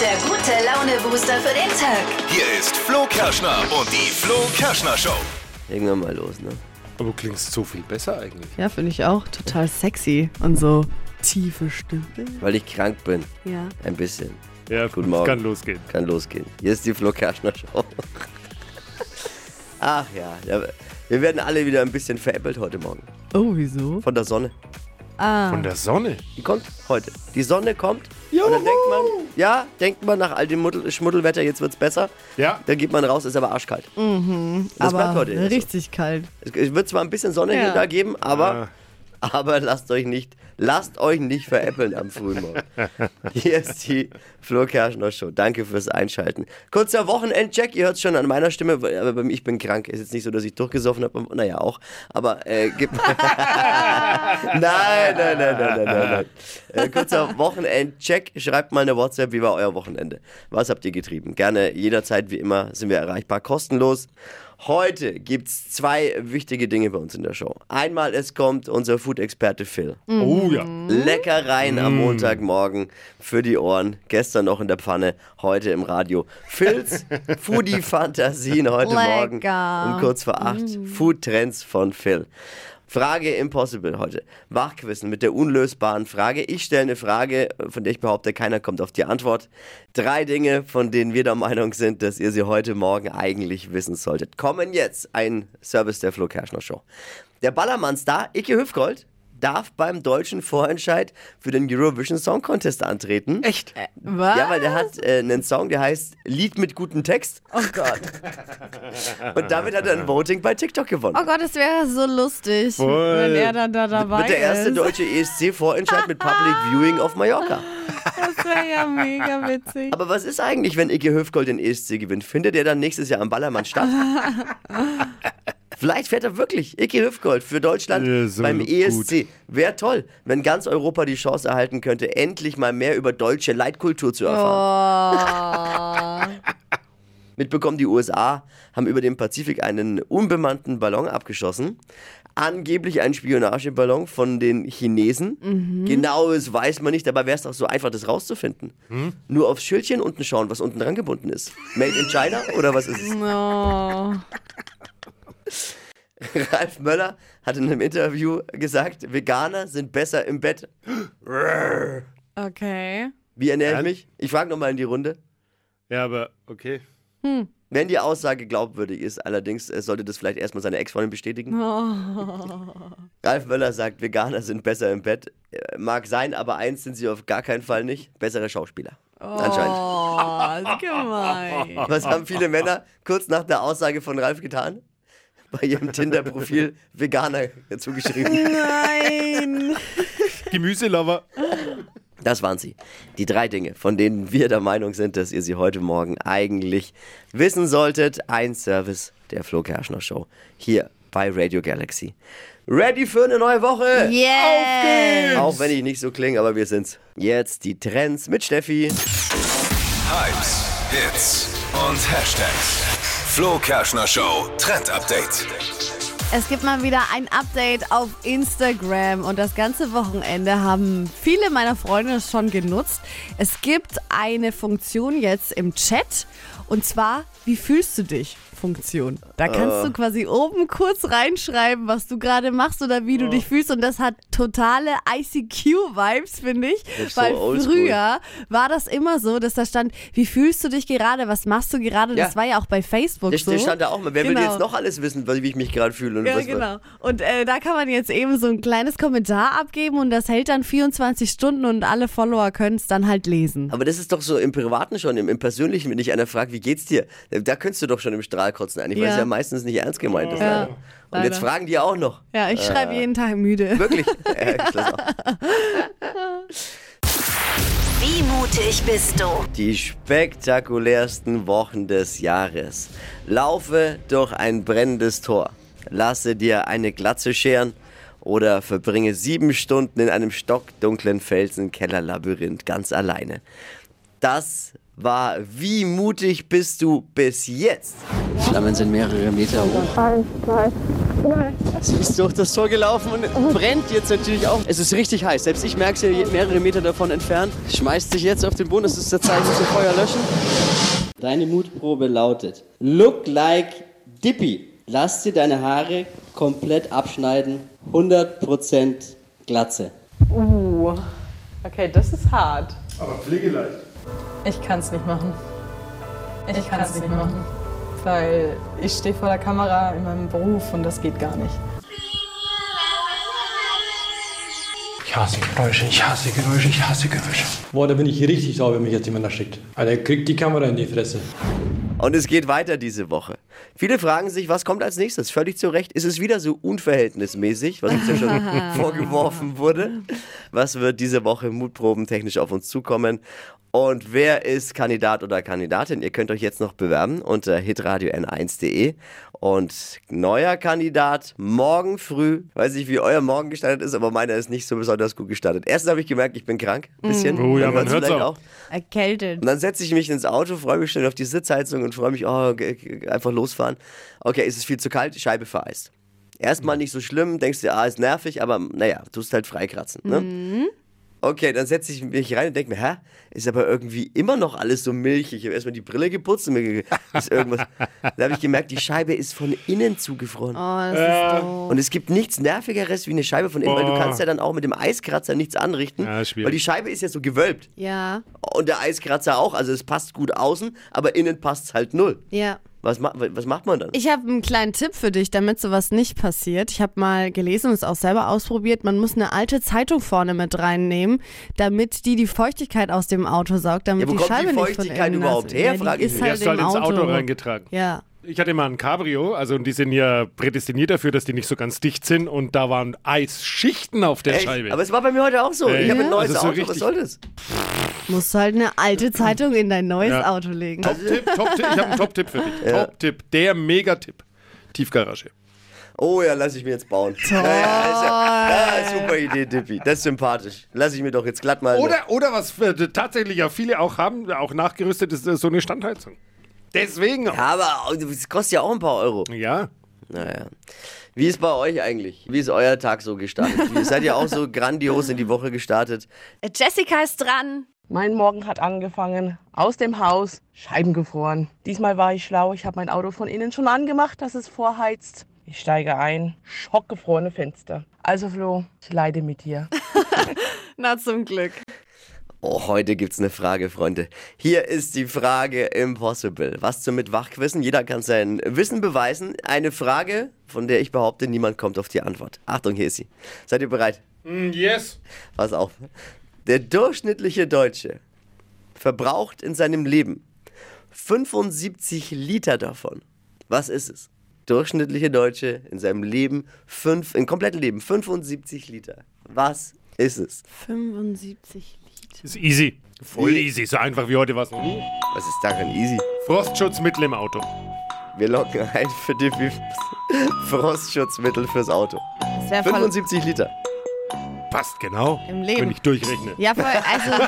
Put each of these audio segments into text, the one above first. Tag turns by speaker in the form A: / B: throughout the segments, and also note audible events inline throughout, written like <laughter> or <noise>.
A: der gute Laune-Booster für den Tag.
B: Hier ist Flo Kerschner und die Flo Kerschner Show.
C: Legen wir mal los, ne?
D: Aber du klingst so viel besser eigentlich.
E: Ja, finde ich auch. Total sexy und so tiefe Stimme.
C: Weil ich krank bin.
E: Ja.
C: Ein bisschen.
D: Ja,
C: Guten Morgen.
D: kann losgehen.
C: Kann losgehen. Hier ist die Flo Kerschner
E: <laughs>
C: Show. Ach ja, ja, wir werden alle wieder ein bisschen veräppelt heute Morgen.
E: Oh, wieso?
C: Von der Sonne.
E: Ah,
D: Von der Sonne.
C: Die kommt heute. Die Sonne kommt. Und dann denkt man, ja, denkt man nach all dem Muddel Schmuddelwetter, jetzt wird's besser.
D: Ja.
C: Dann geht man raus, ist aber arschkalt. Das
E: Mhm. aber
C: bleibt heute eher so.
E: richtig kalt.
C: Es- Es wird zwar ein bisschen Sonne
E: Ja.
C: hier da geben, aber, aber lasst euch nicht, lasst euch nicht veräppeln am frühen Morgen. Hier ist die Flo Kerschner Show. Danke fürs Einschalten. Kurzer Wochenendcheck. Ihr hört es schon an meiner Stimme, weil- aber bei mir, ich bin krank. Ist jetzt nicht so, dass ich durchgesoffen habe. Naja, auch. Aber äh, gib <laughs> nein, nein, nein, nein, nein, nein. nein. Äh, kurzer Wochenendcheck. Schreibt mal eine WhatsApp, wie war euer Wochenende? Was habt ihr getrieben? Gerne jederzeit, wie immer, sind wir erreichbar, kostenlos. Heute gibt es zwei wichtige Dinge bei uns in der Show. Einmal, es kommt unser Food-Experte Phil.
D: Oh ja.
C: Leckereien am Montagmorgen für die Ohren. Gestern noch in der Pfanne, heute im Radio. Phils Foodie-Fantasien heute
E: Lecker.
C: Morgen um kurz vor acht. Food-Trends von Phil. Frage Impossible heute. Wachquissen mit der unlösbaren Frage. Ich stelle eine Frage, von der ich behaupte, keiner kommt auf die Antwort. Drei Dinge, von denen wir der Meinung sind, dass ihr sie heute Morgen eigentlich wissen solltet. Kommen jetzt ein Service der Flo Kerschner Show. Der Ballermann-Star Icke Hüfgold darf beim deutschen Vorentscheid für den Eurovision Song Contest antreten. Äh,
D: Echt?
E: Was?
C: Ja, weil der hat äh, einen Song, der heißt Lied mit gutem Text
E: oh Gott.
C: <laughs> und damit hat er ein Voting bei TikTok gewonnen.
E: Oh Gott, es wäre so lustig,
D: Voll.
E: wenn er dann da dabei
C: Wird der erste
E: ist.
C: deutsche E ESC-Vorentscheid mit Public Viewing auf Mallorca.
E: Das wäre ja mega <laughs> witzig.
C: Aber was ist eigentlich, wenn Icke Höfgold den ESC gewinnt? Findet er dann nächstes Jahr am Ballermann
D: <laughs>
C: statt? Vielleicht fährt er wirklich Icke Höfgold für Deutschland
D: Ja, so
C: beim E
D: gut.
C: ESC. Wäre toll, wenn ganz Europa die Chance erhalten könnte, endlich mal mehr über deutsche Leitkultur zu erfahren.
E: Oh.
C: mitbekommen, die USA haben über dem Pazifik einen unbemannten Ballon abgeschossen. Angeblich ein Spionageballon von den Chinesen. Genaues weiß man nicht, dabei wäre es doch so einfach, das rauszufinden. Nur aufs Schildchen unten schauen, was unten dran gebunden ist. Made in China oder was ist
E: <laughs>
C: es?
E: no.
C: Ralf Möller hat in einem Interview gesagt, Veganer sind besser im Bett.
E: Okay.
C: Wie ernähre ich
D: Ehrlich?
C: mich? Ich frage nochmal in die Runde.
D: Ja, aber okay.
C: Wenn die Aussage glaubwürdig ist, allerdings äh, sollte das vielleicht erstmal seine Ex-Freundin bestätigen. Ralf Möller sagt, Veganer sind besser im Bett. Äh, Mag sein, aber eins sind sie auf gar keinen Fall nicht. Bessere Schauspieler. Anscheinend.
E: Oh, ist gemein.
C: Was haben viele Männer kurz nach der Aussage von Ralf getan? Bei ihrem Tinder-Profil Veganer <laughs> zugeschrieben.
E: Nein.
D: Gemüselover.
C: Das waren sie. Die drei Dinge, von denen wir der Meinung sind, dass ihr sie heute Morgen eigentlich wissen solltet. Ein Service der Flo Kerschner Show. Hier bei Radio Galaxy. Ready für eine neue Woche!
E: Yeah.
C: Auch wenn ich nicht so klinge, aber wir sind's. Jetzt die Trends mit Steffi.
B: Hypes, Hits und Hashtags. Flo Kerschner Show Trend Update.
E: Es gibt mal wieder ein Update auf Instagram und das ganze Wochenende haben viele meiner Freunde es schon genutzt. Es gibt eine Funktion jetzt im Chat und zwar, wie fühlst du dich? Funktion. Da kannst
C: Äh.
E: du quasi oben kurz reinschreiben, was du gerade machst oder wie du dich fühlst. Und das hat totale ICQ-Vibes, finde
C: Das ist
E: ich.
C: so
E: Weil
C: oldschool.
E: früher war das immer so, dass da stand, wie fühlst du dich gerade, was machst du gerade?
C: Ja.
E: Das war ja auch bei Facebook
C: Das
E: so.
C: das stand da auch mal. Wer will
E: Genau.
C: jetzt noch alles wissen, wie ich mich gerade fühle? Und
E: Ja,
C: was
E: genau. Und äh, da kann man jetzt eben so ein kleines Kommentar abgeben und das hält dann 24 Stunden und alle Follower können es dann halt lesen.
C: Aber das ist doch so im Privaten schon, im, im Persönlichen, wenn dich einer fragt, wie geht's dir? Da könntest du doch schon im Strahl kotzen eigentlich, weil
E: Ja.
C: es ja meistens nicht ernst gemeint ist.
E: Ja,
C: leider. Und jetzt
E: leider.
C: fragen die auch noch.
E: Ja, ich schreibe
C: Äh.
E: jeden Tag müde.
C: Wirklich? <laughs> Äh, ich lass auch.
A: Wie mutig bist du?
C: Die spektakulärsten Wochen des Jahres. Laufe durch ein brennendes Tor. Lasse dir eine Glatze scheren. Oder verbringe sieben Stunden in einem stockdunklen Felsenkellerlabyrinth ganz alleine. Das war Wie mutig bist du bis jetzt?
F: Flammen sind mehrere Meter hoch. Sie ist durch das Tor gelaufen und brennt jetzt natürlich auch. Es ist richtig heiß. Selbst ich merke es ja mehrere Meter davon entfernt. Schmeißt sich jetzt auf den Boden. Es ist der Zeichen zum Feuer löschen. Deine Mutprobe lautet: Look like Dippy. Lass dir deine Haare komplett abschneiden. 100% Glatze.
G: Uh, okay, das ist hart.
D: Aber pflegeleicht.
G: Ich kann es nicht machen. Ich, kann es nicht machen. Weil ich stehe vor der Kamera in meinem Beruf und das geht gar nicht.
H: Ich hasse Geräusche, ich hasse Geräusche, ich hasse Geräusche. Boah, da bin ich richtig sauer, wenn mich jetzt jemand da schickt. Alter, kriegt die Kamera in die Fresse.
C: Und es geht weiter diese Woche. Viele fragen sich, was kommt als nächstes? Völlig zu Recht. Ist es wieder so unverhältnismäßig, was uns ja schon vorgeworfen wurde? Was wird diese Woche mutprobentechnisch auf uns zukommen? Und wer ist Kandidat oder Kandidatin? Ihr könnt euch jetzt noch bewerben unter hitradio n1.de. Und neuer Kandidat morgen früh. Weiß nicht, wie euer Morgen gestartet ist, aber meiner ist nicht so besonders gut gestartet. Erstens habe ich gemerkt, ich bin krank. Ein bisschen.
D: Oh ja, man
C: hört's
D: hört's
C: vielleicht
D: auch.
E: Erkältet.
C: und dann setze ich mich ins Auto, freue mich schnell auf die Sitzheizung und freue mich, oh, g- g- einfach losfahren. Okay, ist es viel zu kalt, Scheibe vereist. Erstmal nicht so schlimm, denkst dir, ah, ist nervig, aber naja, tust halt freikratzen. Ne?
D: Mhm.
C: Okay, dann setze ich mich rein und denke mir, hä, ist aber irgendwie immer noch alles so milchig. Ich habe erstmal die Brille geputzt und mir ge- ist irgendwas.
D: <laughs>
C: dann habe ich gemerkt, die Scheibe ist von innen zugefroren.
E: Oh, das ist doof.
C: Und es gibt nichts Nervigeres wie eine Scheibe von innen, weil du
D: Boah.
C: kannst ja dann auch mit dem Eiskratzer nichts anrichten,
D: Ja, ist schwierig.
C: weil die Scheibe ist ja so gewölbt.
E: Ja,
C: Und der Eiskratzer auch. Also es passt gut außen, aber innen passt es halt null.
E: ja.
C: Was, ma was macht man dann?
E: Ich habe einen kleinen Tipp für dich, damit sowas nicht passiert. Ich habe mal gelesen und es auch selber ausprobiert. Man muss eine alte Zeitung vorne mit reinnehmen, damit die die Feuchtigkeit aus dem Auto saugt, damit
C: Ja, wo
E: die
C: kommt die
E: Scheibe nicht von
C: Feuchtigkeit
E: innen
C: überhaupt
E: nass-
C: her,
E: Ja,
C: frag
E: die
C: ich mich.
E: ist
D: Die
E: halt
D: hast du halt
E: im
D: ins
E: Auto.
D: Auto reingetragen.
E: Ja.
D: Ich hatte mal ein Cabrio, also und die sind ja prädestiniert dafür, dass die nicht so ganz dicht sind und da waren Eisschichten auf der
C: Echt?
D: Scheibe.
C: Aber es war bei mir heute auch so.
D: Ey,
C: Ich habe ein
D: ja?
C: neues
D: also so
C: Auto, was
D: richtig-
C: soll das?
E: Musst du halt eine alte Zeitung in dein neues
D: Ja.
E: Auto legen.
D: Top-Tipp, Top-Tipp, ich habe einen Top-Tipp für dich. Top-Tipp, der Megatipp. Tiefgarage.
C: Oh ja, lass ich mir jetzt bauen. Ja, ja, ist ja, ja, Ah, super Idee, Dippy. Das ist sympathisch. Lass ich mir doch jetzt glatt mal.
D: Oder, oder was äh, tatsächlich ja viele auch haben, auch nachgerüstet, ist äh, so eine Standheizung. Deswegen auch.
C: Ja, aber es kostet ja auch ein paar Euro.
D: Ja.
C: Naja. Wie ist bei euch eigentlich? Wie ist euer Tag so gestartet? Wie, seid ihr auch so grandios in die Woche gestartet?
I: Jessica ist dran.
J: Mein Morgen hat angefangen. Aus dem Haus, Scheiben gefroren. Diesmal war ich schlau. Ich habe mein Auto von innen schon angemacht, dass es vorheizt. Ich steige ein. Schockgefrorene Fenster. Also Flo, ich leide mit dir.
E: Na, zum Glück.
C: Oh, heute gibt's eine Frage, Freunde. Hier ist die Frage Impossible. Was zum Mitwachquissen? Jeder kann sein Wissen beweisen. Eine Frage, von der ich behaupte, niemand kommt auf die Antwort. Achtung, hier ist sie. Seid ihr bereit?
D: Yes.
C: Pass auf. Der durchschnittliche Deutsche verbraucht in seinem Leben 75 Liter davon. Was ist es? Durchschnittliche Deutsche in seinem Leben, fünf, im kompletten Leben 75 Liter. Was ist es?
E: 75 Liter.
D: Ist easy. Voll easy. So einfach wie heute war es noch nie.
C: Was ist daran easy?
D: Frostschutzmittel im Auto.
C: Wir locken ein für die Frostschutzmittel fürs Auto.
E: Das wäre voll
C: 75 Liter.
D: Passt genau.
E: Im Leben.
D: Wenn ich durchrechne.
E: Ja,
C: <laughs>
E: voll, also.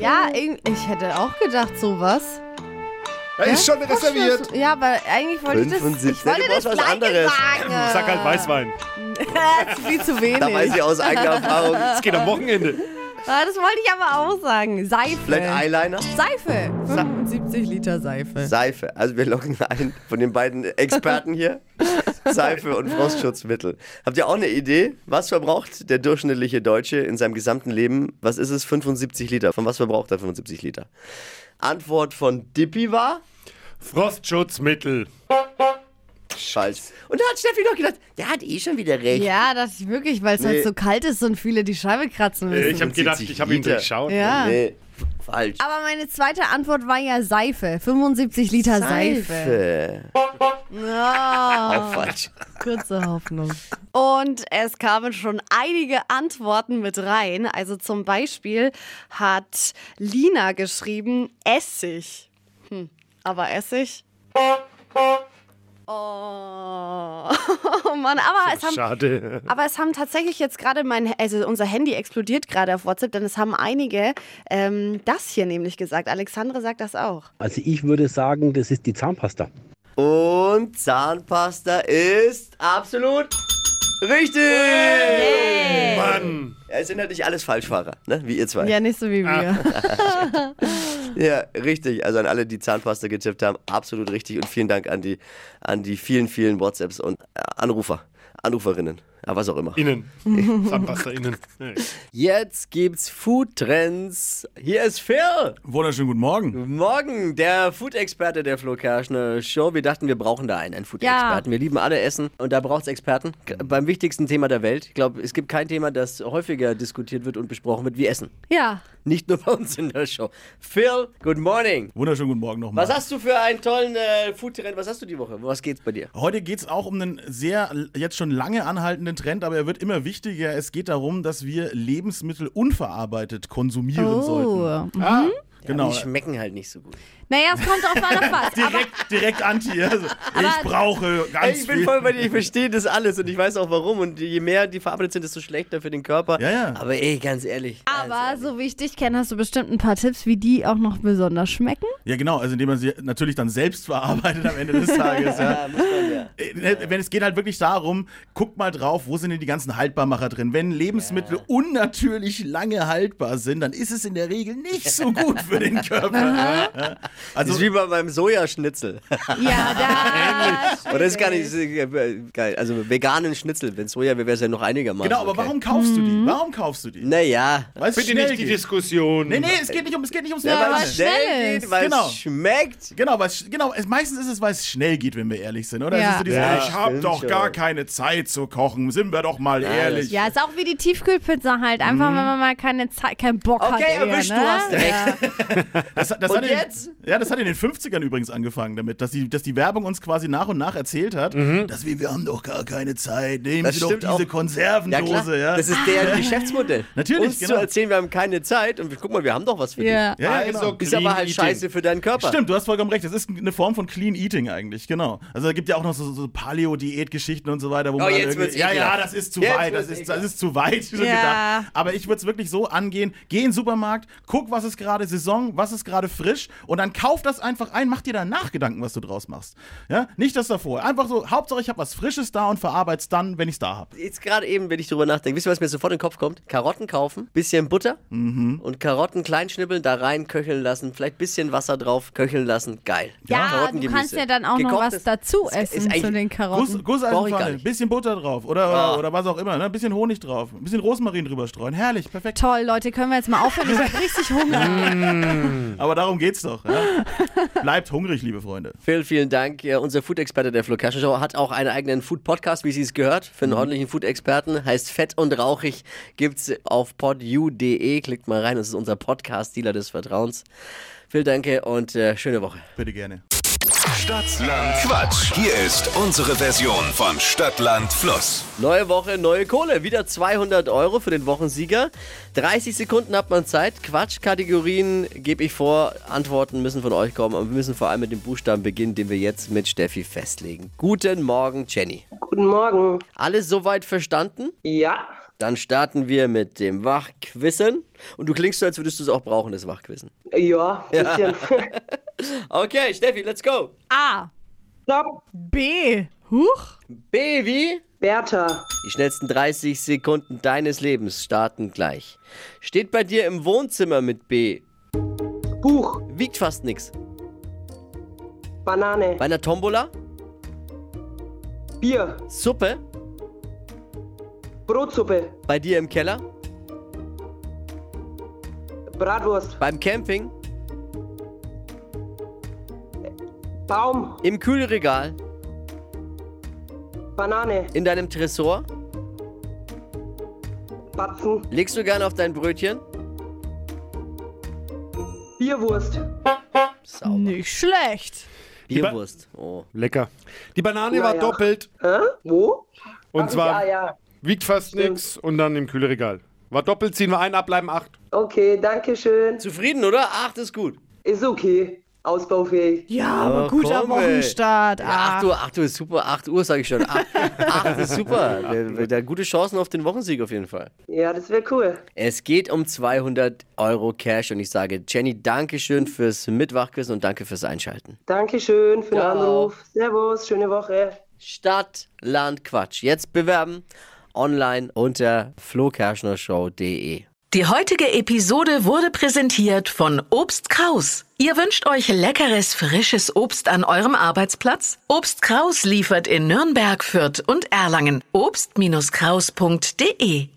E: ja, irgend- ich hätte auch gedacht, sowas.
D: Er ist schon reserviert.
E: Ja, aber eigentlich wollte ich das.
C: 75.
E: Ich
C: Ja,
E: wollte
C: du
E: das
C: brauchst was
E: Gleiche
C: anderes.
E: sagen.
D: Sag halt Weißwein.
E: <laughs> Das ist viel zu wenig.
C: Da weiß ich aus eigener Erfahrung.
D: <laughs> Es geht am Wochenende.
E: Ah, das wollte ich aber auch sagen. Seife.
C: Vielleicht Eyeliner?
E: Seife. 75 Liter Seife.
C: Seife. Also wir locken ein von den beiden Experten hier. Seife und Frostschutzmittel. Habt ihr auch eine Idee? Was verbraucht der durchschnittliche Deutsche in seinem gesamten Leben? Was ist es? 75 Liter. Von was verbraucht er 75 Liter? Antwort von Dippy war
D: Frostschutzmittel.
C: falsch. Und da hat Steffi noch gedacht, der hat eh schon wieder recht.
E: Ja, dachte ich wirklich, weil es
C: Nee.
E: halt so kalt ist und viele die Scheibe kratzen müssen.
D: Ich habe gedacht, ich habe ihn
C: Liter.
D: durchschaut.
E: ja.
C: Nee, f- falsch.
E: Aber meine zweite Antwort war ja Seife. 75 Liter Seife. Ja.
C: Auch Äh, falsch.
E: Kurze Hoffnung. Und es kamen schon einige Antworten mit rein. Also zum Beispiel hat Lina Oh, <laughs> geschrieben Essig. Hm, aber Essig? Oh, oh Mann, aber es haben.
D: Schade.
E: Aber es haben tatsächlich jetzt gerade mein, also unser Handy explodiert gerade auf WhatsApp, denn es haben einige ähm, das hier nämlich gesagt. Alexandre sagt das auch.
K: Also ich würde sagen, das ist die Zahnpasta.
C: Und Zahnpasta ist absolut richtig.
D: Mann.
C: Ja, es sind halt nicht alles Falschfahrer, ne? wie ihr zwei.
E: Ja, nicht so wie wir.
C: Ja, richtig. Also an alle, die Zahnpasta getippt haben, absolut richtig. Und vielen Dank an die, an die vielen, vielen WhatsApps und äh, Anrufer, Anruferinnen. Ja, was auch immer.
D: Innen. Zahnpasta innen. Nee.
C: Jetzt gibt's Food Trends. Hier ist Phil.
L: Wunderschönen guten Morgen.
C: Guten Morgen, der Food-Experte der Flo Kerschner Show. Wir dachten, wir brauchen da einen, einen Food-Experten. Wir lieben alle Essen und da braucht's Experten. K- Beim wichtigsten Thema der Welt. Ich glaube, es gibt kein Thema, das häufiger diskutiert wird und besprochen wird wie Essen.
E: Ja.
C: Nicht nur <laughs> bei uns in der Show. Phil, good morning.
L: Wunderschönen guten Morgen nochmal.
C: Was hast du für einen tollen äh, Food-Trend? Was hast du die Woche? Was geht's bei dir?
L: Heute geht es auch um einen sehr l- jetzt schon lange anhaltenden Trend, aber er wird immer wichtiger. Es geht darum, dass wir Lebensmittel unverarbeitet konsumieren sollten.
E: Oh.
D: Ah,
L: Genau.
C: Die schmecken halt nicht so gut.
E: Naja, es kommt drauf an, auf <laughs> was. Aber
L: direkt, direkt anti. Also, ich brauche
C: Ey,
L: ganz
C: ich
L: viel.
C: bin voll bei dir, ich verstehe das alles und ich weiß auch warum. Und je mehr die verarbeitet sind, desto schlechter für den Körper.
L: Ja, ja.
C: Aber ey, ganz ehrlich.
E: Aber so wie ich dich kenne, hast du bestimmt ein paar Tipps, wie die auch noch besonders schmecken.
L: ja, genau. Also, indem man sie natürlich dann selbst <laughs> verarbeitet am Ende des Tages.
M: <laughs>
L: ja. Äh, Wenn es geht halt wirklich darum, guckt mal drauf, wo sind denn die ganzen Haltbarmacher drin. Wenn Lebensmittel unnatürlich lange haltbar sind, dann ist es in der Regel nicht so gut für den
M: <laughs>
L: Körper. Ja.
C: Also, das ist wie bei meinem Sojaschnitzel.
E: <laughs> Ja,
C: <laughs>
E: da.
C: Oder ist gar nicht ist, äh, geil. Also veganen Schnitzel. Wenn Soja wäre, wäre es ja noch einigermaßen.
L: Genau, aber
C: okay.
L: warum kaufst du
C: Mhm.
L: die? Warum kaufst du die?
C: Naja.
L: Weil es
D: Bitte
L: schnell
D: nicht die
L: geht.
D: Diskussion.
L: Nee, nee, es geht nicht um, es geht nicht ums
C: Ja,
L: Veganen.
C: weil es schnell
E: schnell
C: geht, weil
L: Genau.
C: es schmeckt.
L: Genau, weil es, genau es, meistens ist es, weil es schnell geht, wenn wir ehrlich sind, oder?
E: Ja.
L: Es ist so dieses,
D: Ja,
L: ich habe
C: stimmt
L: doch gar
C: schon.
L: keine Zeit zu kochen, sind wir doch mal ehrlich.
E: Ja, ist auch wie die Tiefkühlpizza halt. Einfach, wenn man mal keine Zeit, keinen Bock hat.
C: Mhm. Okay,
E: eher,
C: erwischt,
E: ne?
C: du hast recht. <laughs>
L: Das, das
C: Und
L: hat
C: jetzt?
L: In, ja, das hat in den 50ern übrigens angefangen damit, dass die, dass die Werbung uns quasi nach und nach erzählt hat, dass wir, wir haben doch gar keine Zeit, nehmen
C: Das
L: Sie doch
C: stimmt
L: diese
C: auch. Ja, klar.
L: Konservendose. Ja, Ah.
C: Das ist deren Geschäftsmodell.
L: <laughs> Natürlich,
C: Uns zu
L: genau.
C: erzählen, wir haben keine Zeit und wir, guck mal, wir haben doch was für dich.
E: Ja.
L: ja, ja, genau.
D: Also
C: Ist aber halt scheiße für deinen Körper.
L: Stimmt, du hast vollkommen recht. Das ist eine Form von Clean Eating eigentlich, genau. Also da gibt ja auch noch so, so Paleo-Diät-Geschichten und so weiter, wo man
C: Oh,
L: halt
C: jetzt
L: irgendwie-
C: wird's
L: ja, ja,
C: ekelhaft.
L: das ist zu
C: Jetzt
L: weit, das
C: wird's
L: ist, das ist zu weit. schon
E: Ja.
L: gedacht. Aber ich würde es wirklich so angehen: Geh in den Supermarkt, guck, was ist gerade Saison, was ist gerade frisch und dann kauf das einfach ein, mach dir danach Gedanken, was du draus machst. Ja, nicht das davor. Einfach so, Hauptsache ich habe was Frisches da und verarbeit's dann, wenn ich's da habe.
C: Jetzt gerade eben, wenn ich drüber nachdenke, wisst ihr, was mir sofort in den Kopf kommt? Karotten kaufen, bisschen Butter
L: Mhm.
C: und Karotten klein schnippeln, da rein köcheln lassen, vielleicht bisschen Wasser drauf, köcheln lassen, geil.
E: Ja, du
C: Karottengemüse.
E: kannst ja dann auch noch was
C: Gekochtes-
E: dazu
C: ist- ist
E: essen zu
C: eigentlich-
E: den
L: Guss,
E: Karotten.
C: Brauch ich gar
L: Gusseisenpfanne,
C: nicht.
L: bisschen Butter drauf oder,
C: Ah.
L: oder, oder was auch immer, ne? ein bisschen Honig drauf, ein bisschen Rosmarin drüber streuen. Herrlich, perfekt.
E: Toll, Leute, können wir jetzt mal aufhören? Ich
C: <laughs>
E: habe richtig Hunger.
C: Mhm.
L: Aber darum geht's doch. Ja? <laughs> Bleibt hungrig, liebe Freunde.
C: Phil, vielen Dank. Ja, unser Food-Experte der Flo Kerschner Show hat auch einen eigenen Food-Podcast, wie Sie es gehört, für einen ordentlichen Food-Experten. Heißt Fett und Rauchig. Gibt's auf podu.de. e. Klickt mal rein, das ist unser Podcast-Dealer des Vertrauens. Phil, danke und äh, schöne Woche.
L: Bitte gerne.
B: Stadtland Quatsch. Hier ist unsere Version von Stadtland Fluss.
C: Neue Woche, neue Kohle. Wieder 200 Euro für den Wochensieger. 30 Sekunden hat man Zeit. Quatschkategorien gebe ich vor. Antworten müssen von euch kommen. Und wir müssen vor allem mit dem Buchstaben beginnen, den wir jetzt mit Steffi festlegen. Guten Morgen, Jenny.
M: Guten Morgen.
C: Alles soweit verstanden?
M: Ja,
C: Dann starten wir mit dem Wachquissen. Und du klingst so, als würdest du es auch brauchen, das Wachquissen.
M: ja, bisschen.
C: <laughs> Okay, Steffi, let's go.
E: A.
M: Stopp.
E: B. Huch.
C: Baby.
M: Bertha,
C: Die schnellsten 30 Sekunden deines Lebens starten gleich. Steht bei dir im Wohnzimmer mit B.
M: Buch,
C: Wiegt fast nichts.
M: Banane,
C: Bei einer Tombola,
M: Bier,
C: Suppe,
M: Brotsuppe,
C: bei dir im Keller,
M: Bratwurst,
C: beim Camping,
M: Baum,
C: im Kühlregal,
M: Banane,
C: in deinem Tresor.
M: Batzen,
C: Legst du gerne auf dein Brötchen?
M: Bierwurst,
C: Sauber.
E: Nicht schlecht.
C: Bierwurst. Oh.
D: Lecker. Die Banane
M: Ja,
D: war
M: ja.
D: doppelt.
M: Hä? Wo?
D: Und
M: Ach,
D: zwar
M: Ja, ja.
D: wiegt fast nichts und dann im Kühlregal. War doppelt, ziehen wir ein, abbleiben acht.
M: Okay, danke schön.
C: Zufrieden, oder? Acht ist gut.
M: Ist okay. ausbaufähig.
N: Ja, aber guter
C: komm, ey.
N: Wochenstart.
C: Ja,
N: Ah.
C: 8 Uhr, 8 Uhr ist super, 8 Uhr sage ich schon. 8, 8 ist super. Wir, wir, da gute Chancen auf den Wochensieg auf jeden Fall.
M: Ja, das wäre cool.
C: Es geht um 200 Euro Cash und ich sage Jenny, Dankeschön fürs Mitwachquiz und danke fürs Einschalten.
M: Dankeschön für den
C: Ciao.
M: Anruf. Servus, schöne Woche.
C: Stadt, Land, Quatsch. Jetzt bewerben online unter flokerschnershow.de.
O: Die heutige Episode wurde präsentiert von Obst Kraus. Ihr wünscht euch leckeres, frisches Obst an eurem Arbeitsplatz? Obst Kraus liefert in Nürnberg, Fürth und Erlangen. Obst-Kraus.de